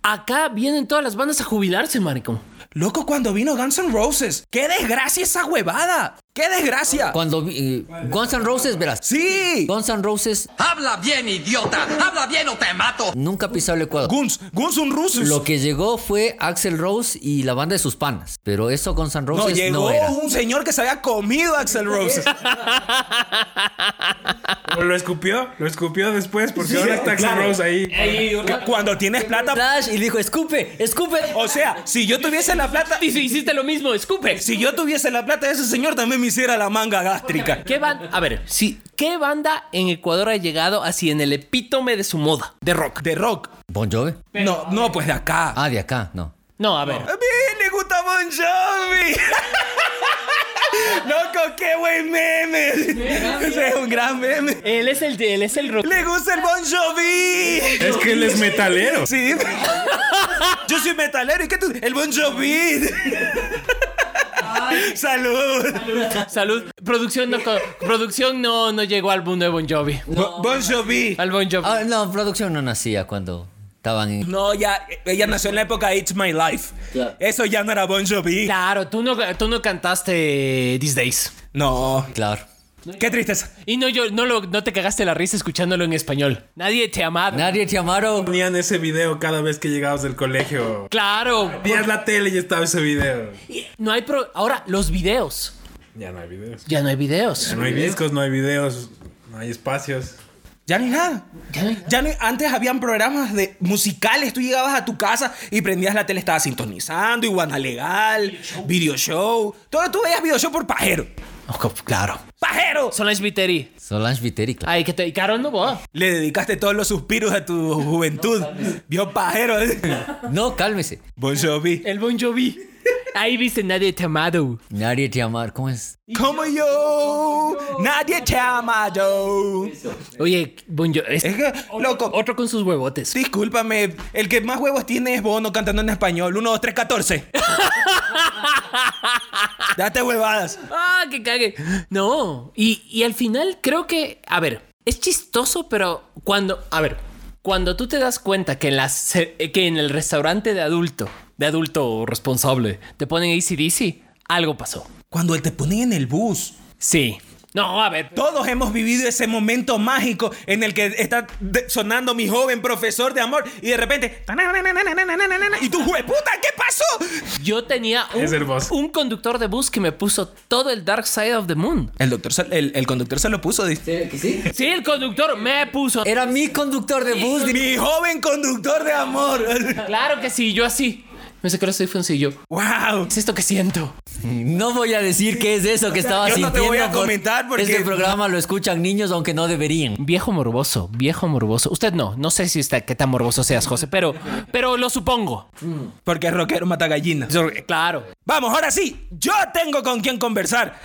Speaker 3: Acá vienen todas las bandas a jubilarse, maricón.
Speaker 4: Loco, cuando vino Guns N' Roses. ¡Qué desgracia esa huevada! ¡Qué desgracia!
Speaker 2: Cuando vi- eh, Guns N' Roses, verás.
Speaker 4: ¡Sí!
Speaker 2: Guns N' Roses. ¡Habla bien, idiota! ¡Habla bien o te mato! Nunca pisó el Ecuador.
Speaker 4: Guns, Guns N' Roses.
Speaker 2: Lo que llegó fue Axel Rose y la banda de sus panas. Pero eso Guns N'
Speaker 4: No,
Speaker 2: Roses no,
Speaker 4: llegó
Speaker 2: era.
Speaker 4: un señor que se había comido a Axel
Speaker 2: [LAUGHS]
Speaker 4: Rose.
Speaker 5: lo escupió, lo escupió después porque ahora está Axl Rose ahí.
Speaker 4: Cuando tienes plata.
Speaker 2: Flash, y dijo, escupe, escupe.
Speaker 4: O sea, si yo tuviese la plata.
Speaker 3: Y si hiciste lo mismo, escupe.
Speaker 4: Si yo tuviese la plata, ese señor también me hiciera la manga gástrica.
Speaker 3: ¿Qué banda? A ver, sí, ¿qué banda en Ecuador ha llegado así en el epítome de su moda? De rock.
Speaker 4: De rock.
Speaker 2: Bon Jovi.
Speaker 4: No, no, pues de acá.
Speaker 2: Ah, de acá, no.
Speaker 3: No, a ver.
Speaker 4: A mí le gusta Bon
Speaker 2: [LAUGHS]
Speaker 4: Jovi. Loco, qué buen meme. Ese [LAUGHS] es un gran meme.
Speaker 3: Él es el, él es el rock.
Speaker 4: Le gusta el Bon Jovi.
Speaker 5: Es que él es metalero.
Speaker 4: Sí. [LAUGHS] Yo soy metalero y qué tú. El Bon Jovi. Salud.
Speaker 3: Salud. Producción no, co- producción no, no llegó al mundo de Bon Jovi.
Speaker 4: Bo- Bon Jovi.
Speaker 3: Al Bon Jovi.
Speaker 2: Ah, no, producción no nacía cuando estaban en...
Speaker 4: No, ya, ella nació en la época de It's My Life.
Speaker 2: Claro.
Speaker 4: Eso ya no era Bon Jovi.
Speaker 3: Claro, tú no, tú no cantaste These Days.
Speaker 4: No.
Speaker 2: Claro.
Speaker 4: Qué tristeza.
Speaker 3: Y no, yo, no, lo- no te cagaste la risa escuchándolo en español. Nadie te amaba.
Speaker 2: Nadie te llamaron.
Speaker 5: Ponían ese video cada vez que llegabas del colegio.
Speaker 3: Claro.
Speaker 5: Días la tele y estaba ese video.
Speaker 3: No hay pro- Ahora, los videos.
Speaker 5: Ya no hay videos.
Speaker 3: Ya no hay videos.
Speaker 5: Ya no hay discos, no hay videos, no hay espacios.
Speaker 4: Ya ni nada. Ya no, antes habían programas de musicales. Tú llegabas a tu casa y prendías la tele, estaba sintonizando, Iguana Legal, Video Show. Todo tú veías Video Show por pajero.
Speaker 3: Ok, claro.
Speaker 4: ¡Pajero!
Speaker 3: Solange Viteri.
Speaker 2: Solange Viteri, claro.
Speaker 3: Ay, que te. Caro no va.
Speaker 4: Le dedicaste todos los suspiros a tu juventud. Vio pajero.
Speaker 2: No, cálmese.
Speaker 4: Bon Jovi.
Speaker 3: El Bon Jovi. Ahí viste Nadie te amado.
Speaker 2: Nadie te llamaron. ¿Cómo es?
Speaker 4: Como yo, nadie te ama, yo.
Speaker 3: Oye, Bon Jovi.
Speaker 4: Es que, loco,
Speaker 3: Otro con sus huevotes.
Speaker 4: Discúlpame, el que más huevos tiene es Bono cantando en español. 1, 2, 3, 14. Date huevadas.
Speaker 3: ¡Ah, que cague! No, y, y al final creo que, a ver, es chistoso, pero cuando, a ver, Cuando tú te das cuenta que en, las ce- eh, que en el restaurante de adulto, de adulto responsable, te ponen ACDC, algo pasó.
Speaker 4: Cuando te ponen en el bus.
Speaker 3: Sí. No, a ver.
Speaker 4: Todos hemos vivido ese momento mágico en el que está de- sonando mi joven profesor de amor y de repente. Y tú, puta, ¿qué pasó?
Speaker 3: Yo tenía
Speaker 5: [LAUGHS] Es
Speaker 3: un,
Speaker 5: hermoso.
Speaker 3: un conductor de bus que me puso todo el Dark Side of the Moon.
Speaker 4: El, doctor, se- el, el conductor se lo puso. dice,
Speaker 3: Sí, el conductor me puso.
Speaker 2: Era mi conductor de bus.
Speaker 4: "Pues, Mi joven conductor de amor. [LAUGHS]
Speaker 3: Claro que sí, yo así. Me sacó los iPhones y yo,
Speaker 4: ¡Wow!
Speaker 3: ¿es esto que siento?
Speaker 2: No voy a decir qué es eso que estaba
Speaker 4: yo no
Speaker 2: sintiendo.
Speaker 4: te voy a
Speaker 2: por-
Speaker 4: comentar porque-
Speaker 2: Este programa lo escuchan niños aunque no deberían.
Speaker 3: Viejo morboso, viejo morboso. Usted no, no sé si está, qué tan morboso seas, José, pero, pero lo supongo.
Speaker 4: Porque rockero mata gallinas.
Speaker 3: Claro.
Speaker 4: Vamos, ahora sí, yo tengo con quién conversar.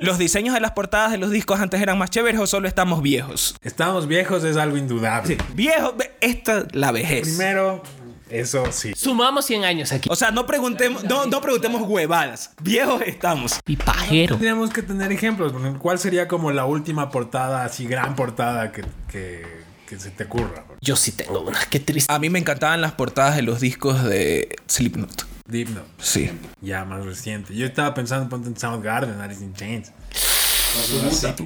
Speaker 4: ¿Los diseños de las portadas de los discos antes eran más chéveres o solo estamos viejos?
Speaker 5: Estamos viejos es algo indudable.
Speaker 4: Viejos, ve- esta es la vejez.
Speaker 5: Primero, eso sí.
Speaker 3: Sumamos 100 años aquí.
Speaker 4: O sea, no preguntemos, no, no preguntemos huevadas. Viejos estamos.
Speaker 3: Y pajero.
Speaker 5: Tendríamos que tener ejemplos. por ejemplo, ¿Cuál sería como la última portada, así gran portada que, que, que se te ocurra?
Speaker 3: Yo sí tengo una, qué triste.
Speaker 4: A mí me encantaban las portadas de los discos de Slipknot.
Speaker 5: Deep Note,
Speaker 4: Sí.
Speaker 5: ya más reciente. Yo estaba pensando ponte en Soundgarden, Alice in Chains.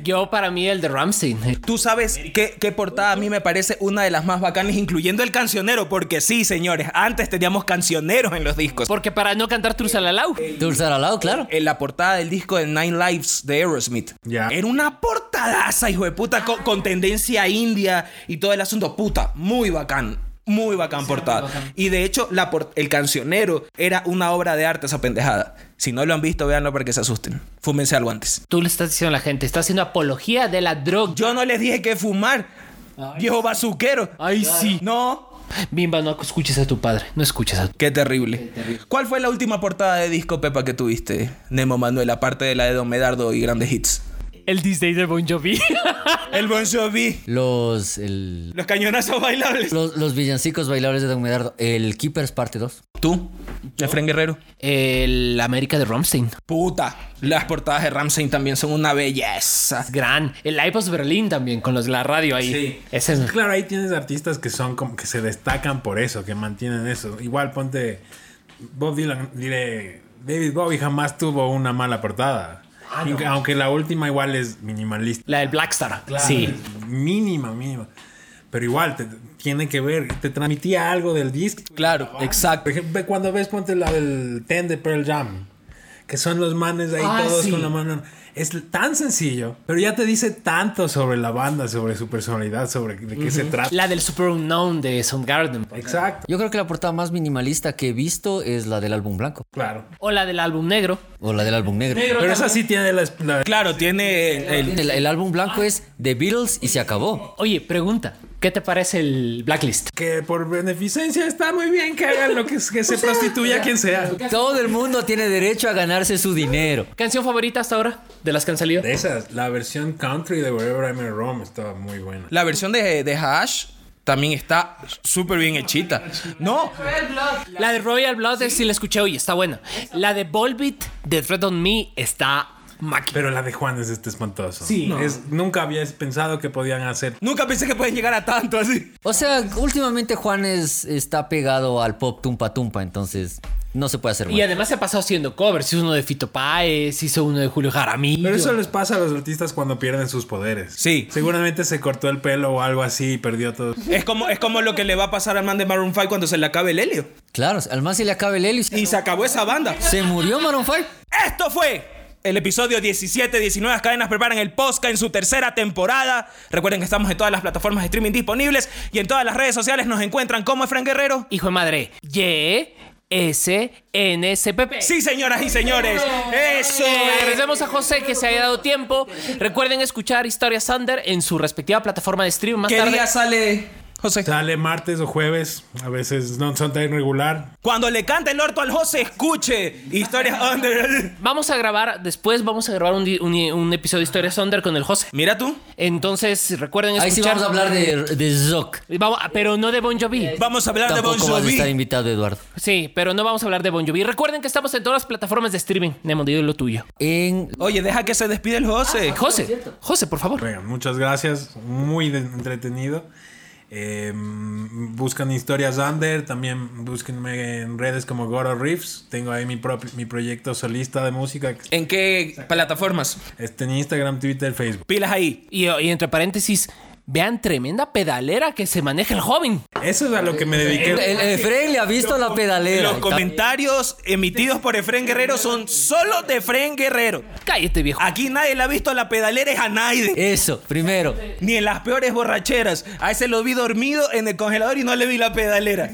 Speaker 3: Yo para mí el de Ramstein.
Speaker 4: Tú sabes qué, qué portada a mí me parece una de las más bacanas, incluyendo el cancionero, porque sí, señores, antes teníamos cancioneros en los discos.
Speaker 3: Porque para no cantar Trusalalau.
Speaker 2: Dulzar al lado, claro.
Speaker 4: en la portada del disco de Nine Lives de Aerosmith.
Speaker 5: Ya.
Speaker 4: Era una portadaza, hijo de puta, con, con tendencia india y todo el asunto. Puta, muy bacán. Muy bacán portada. Y de hecho, la por- el cancionero era una obra de arte esa pendejada. Si no lo han visto, véanlo para que se asusten. Fúmense algo antes.
Speaker 3: Tú le estás diciendo a la gente, está haciendo apología de la droga.
Speaker 4: Yo no les dije que fumar. viejo bazuquero.
Speaker 3: Ay, sí.
Speaker 4: No.
Speaker 3: Bimba, no escuches a tu padre. No escuches a tu.
Speaker 4: Qué terrible. ¿Cuál fue la última portada de disco, Pepa, que tuviste, Nemo Manuel? Aparte de la de Don Medardo y Grandes Hits.
Speaker 3: El Disney de Bon Jovi.
Speaker 4: El Bon Jovi.
Speaker 2: Los, el-
Speaker 4: Los cañonazos bailables.
Speaker 2: los, los villancicos bailadores de Don Medardo. El Keepers parte 2.
Speaker 4: ¿Tú? Efren Guerrero.
Speaker 3: [LAUGHS] el América de Ramstein.
Speaker 4: Puta, las portadas de Ramsey también son una belleza.
Speaker 3: Gran. El iPods Berlín también, con los, la radio ahí.
Speaker 5: Sí.
Speaker 3: Ese es-
Speaker 5: Claro, ahí tienes artistas que son como que se destacan por eso, que mantienen eso. Igual ponte Bob Dylan, diré, David Bowie jamás tuvo una mala portada. Inca- Aunque la última igual es minimalista.
Speaker 3: La del Blackstar.
Speaker 5: Sí.
Speaker 3: Sí.
Speaker 5: Mínima, mínima. Pero igual, te- tiene que ver, te transmitía algo del disco.
Speaker 4: Claro, exacto.
Speaker 5: Por ejemplo, cuando ves, ponte la del Ten de Pearl Jam. Que son los manes ahí
Speaker 3: Ah,
Speaker 5: todos
Speaker 3: sí.
Speaker 5: con la mano. Es tan sencillo, pero ya te dice tanto sobre la banda, sobre su personalidad, sobre de qué se trata.
Speaker 3: La del Super Unknown de Soundgarden.
Speaker 5: Exacto.
Speaker 2: Yo creo que la portada más minimalista que he visto es la del álbum blanco.
Speaker 5: Claro.
Speaker 3: O la del álbum negro.
Speaker 2: O la del álbum negro.
Speaker 5: Pero esa sí tiene la, la-
Speaker 4: Claro, tiene el...
Speaker 2: El, el álbum blanco es The Beatles y se acabó.
Speaker 3: Oye, pregunta. ¿Qué te parece el Blacklist?
Speaker 5: que por beneficencia está muy bien que hagan lo que,
Speaker 3: [LAUGHS]
Speaker 5: que se prostituya quien sea.
Speaker 2: Todo el mundo tiene derecho a ganarse su dinero.
Speaker 3: ¿Canción favorita hasta ahora de las que han salido?
Speaker 5: De esas, la versión country de Wherever I May Roam estaba muy buena.
Speaker 4: La versión de, de Hash también está súper bien hechita. No,
Speaker 7: Royal Blood.
Speaker 3: La de Royal Blood sí, la escuché hoy, está buena. La de Volbeat de Thread on Me está máquina.
Speaker 5: Pero la de Juan es este espantoso. Sí. nunca habías pensado que podían hacer.
Speaker 4: nunca pensé que pueden llegar a tanto así.
Speaker 2: O sea, últimamente Juanes está pegado al pop tumpa tumpa, entonces no se puede hacer
Speaker 3: Y
Speaker 2: más.
Speaker 3: además se ha pasado haciendo covers. Hizo uno de Fito Páez, hizo uno de Julio Jaramillo.
Speaker 5: Pero eso les pasa a los artistas cuando pierden sus poderes.
Speaker 4: Sí.
Speaker 5: Seguramente se cortó el pelo o algo así y perdió todo.
Speaker 4: Es como, es como lo que le va a pasar al man de Maroon 5 cuando se le acabe el helio.
Speaker 2: Claro, al más se le acaba el helio. y-
Speaker 4: Y se acabó esa banda.
Speaker 2: Se murió Maroon 5.
Speaker 4: Esto fue el episodio 17. 19 Las cadenas preparan el podcast en su tercera temporada. Recuerden que estamos en todas las plataformas de streaming disponibles y en todas las redes sociales nos encuentran como Efraín Guerrero.
Speaker 3: Hijo de madre. Y S N C P P.
Speaker 4: Sí, señoras y señores. Eso.
Speaker 3: Eh,
Speaker 4: es.
Speaker 3: agradecemos a José que se haya dado tiempo. Recuerden escuchar Historia Sander en su respectiva plataforma de stream más
Speaker 4: ¿Qué
Speaker 3: tarde.
Speaker 4: día sale José?
Speaker 5: Sale martes o jueves. A veces no son tan regular.
Speaker 4: Cuando le cante el orto al José, escuche historias under.
Speaker 3: Vamos a grabar, después vamos a grabar un, di- un- un episodio de Historia Sander con el José.
Speaker 4: Mira tú.
Speaker 3: Entonces recuerden escuchar.
Speaker 2: Ahí sí vamos a hablar de, de Zoc.
Speaker 3: Vamos- ah, pero no de Bon Jovi.
Speaker 4: Vamos a hablar de Bon
Speaker 2: Tampoco vas a estar
Speaker 4: Jovi.
Speaker 2: invitado, Eduardo.
Speaker 3: Sí, pero no vamos a hablar de Bon Jovi. Recuerden que estamos en todas las plataformas de streaming. Nemo, di lo tuyo.
Speaker 2: En
Speaker 4: Oye, deja que se
Speaker 3: Ah.
Speaker 4: despide el José.
Speaker 3: José, José, por favor.
Speaker 5: Oigan, muchas gracias. Muy de- entretenido. Eh, buscan historias under, también búsquenme en redes como Goro Riffs. Tengo ahí mi, propio, mi proyecto solista de música.
Speaker 4: ¿En qué plataformas?
Speaker 5: Este, en Instagram, Twitter, Facebook.
Speaker 4: Pilas ahí.
Speaker 3: Y, y entre paréntesis, vean tremenda pedalera que se maneja el joven.
Speaker 5: Eso es a lo que me dediqué.
Speaker 2: El, el- el Efraín le ha visto la pedalera.
Speaker 4: Los comentarios emitidos por Efren Guerrero son solo de Efren Guerrero.
Speaker 3: Cállate, viejo.
Speaker 4: Aquí nadie le ha visto la pedalera es a Naiden.
Speaker 2: Eso, primero. [LAUGHS]
Speaker 4: Ni en las peores borracheras. A ese lo vi dormido en el congelador y no le vi la pedalera.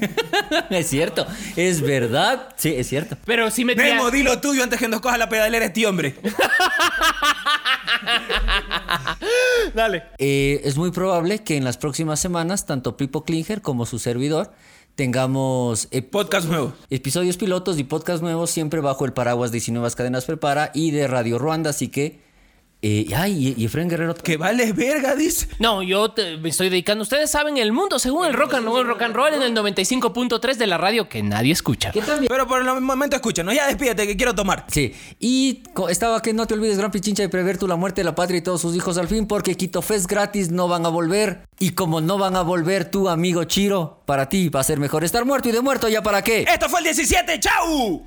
Speaker 2: es cierto, es verdad. Sí, es cierto.
Speaker 3: Pero sí metía.
Speaker 4: Memo, di lo tuyo antes que nos coja la pedalera este hombre.
Speaker 3: Dale.
Speaker 2: Eh, es muy probable que en las próximas semanas, tanto Pipo Klinger como su servidor tengamos ep-
Speaker 4: Podcast nuevo.
Speaker 2: episodios pilotos y podcast nuevos siempre bajo el paraguas de 19 Cadenas Prepara y de Radio Ruanda. Así que. eh, ay, y, y Efraín Guerrero.
Speaker 4: Que vales verga, dice.
Speaker 3: No, yo te- me estoy dedicando. Ustedes saben el mundo según el rock and roll, rock and roll en el 95.3 de la radio que nadie escucha.
Speaker 2: ¿Qué también?
Speaker 4: Pero por el momento escúchanos. Ya despídete que quiero tomar.
Speaker 2: Sí, y co- estaba que no te olvides, Gran Pichincha, de prever tú la muerte de la patria y todos sus hijos al fin, porque Quito Fest gratis no van a volver. Y como no van a volver, tu amigo Chiro, para ti va a ser mejor estar muerto y de muerto, ¿ya para qué?
Speaker 4: Esto fue el 17. ¡Chau!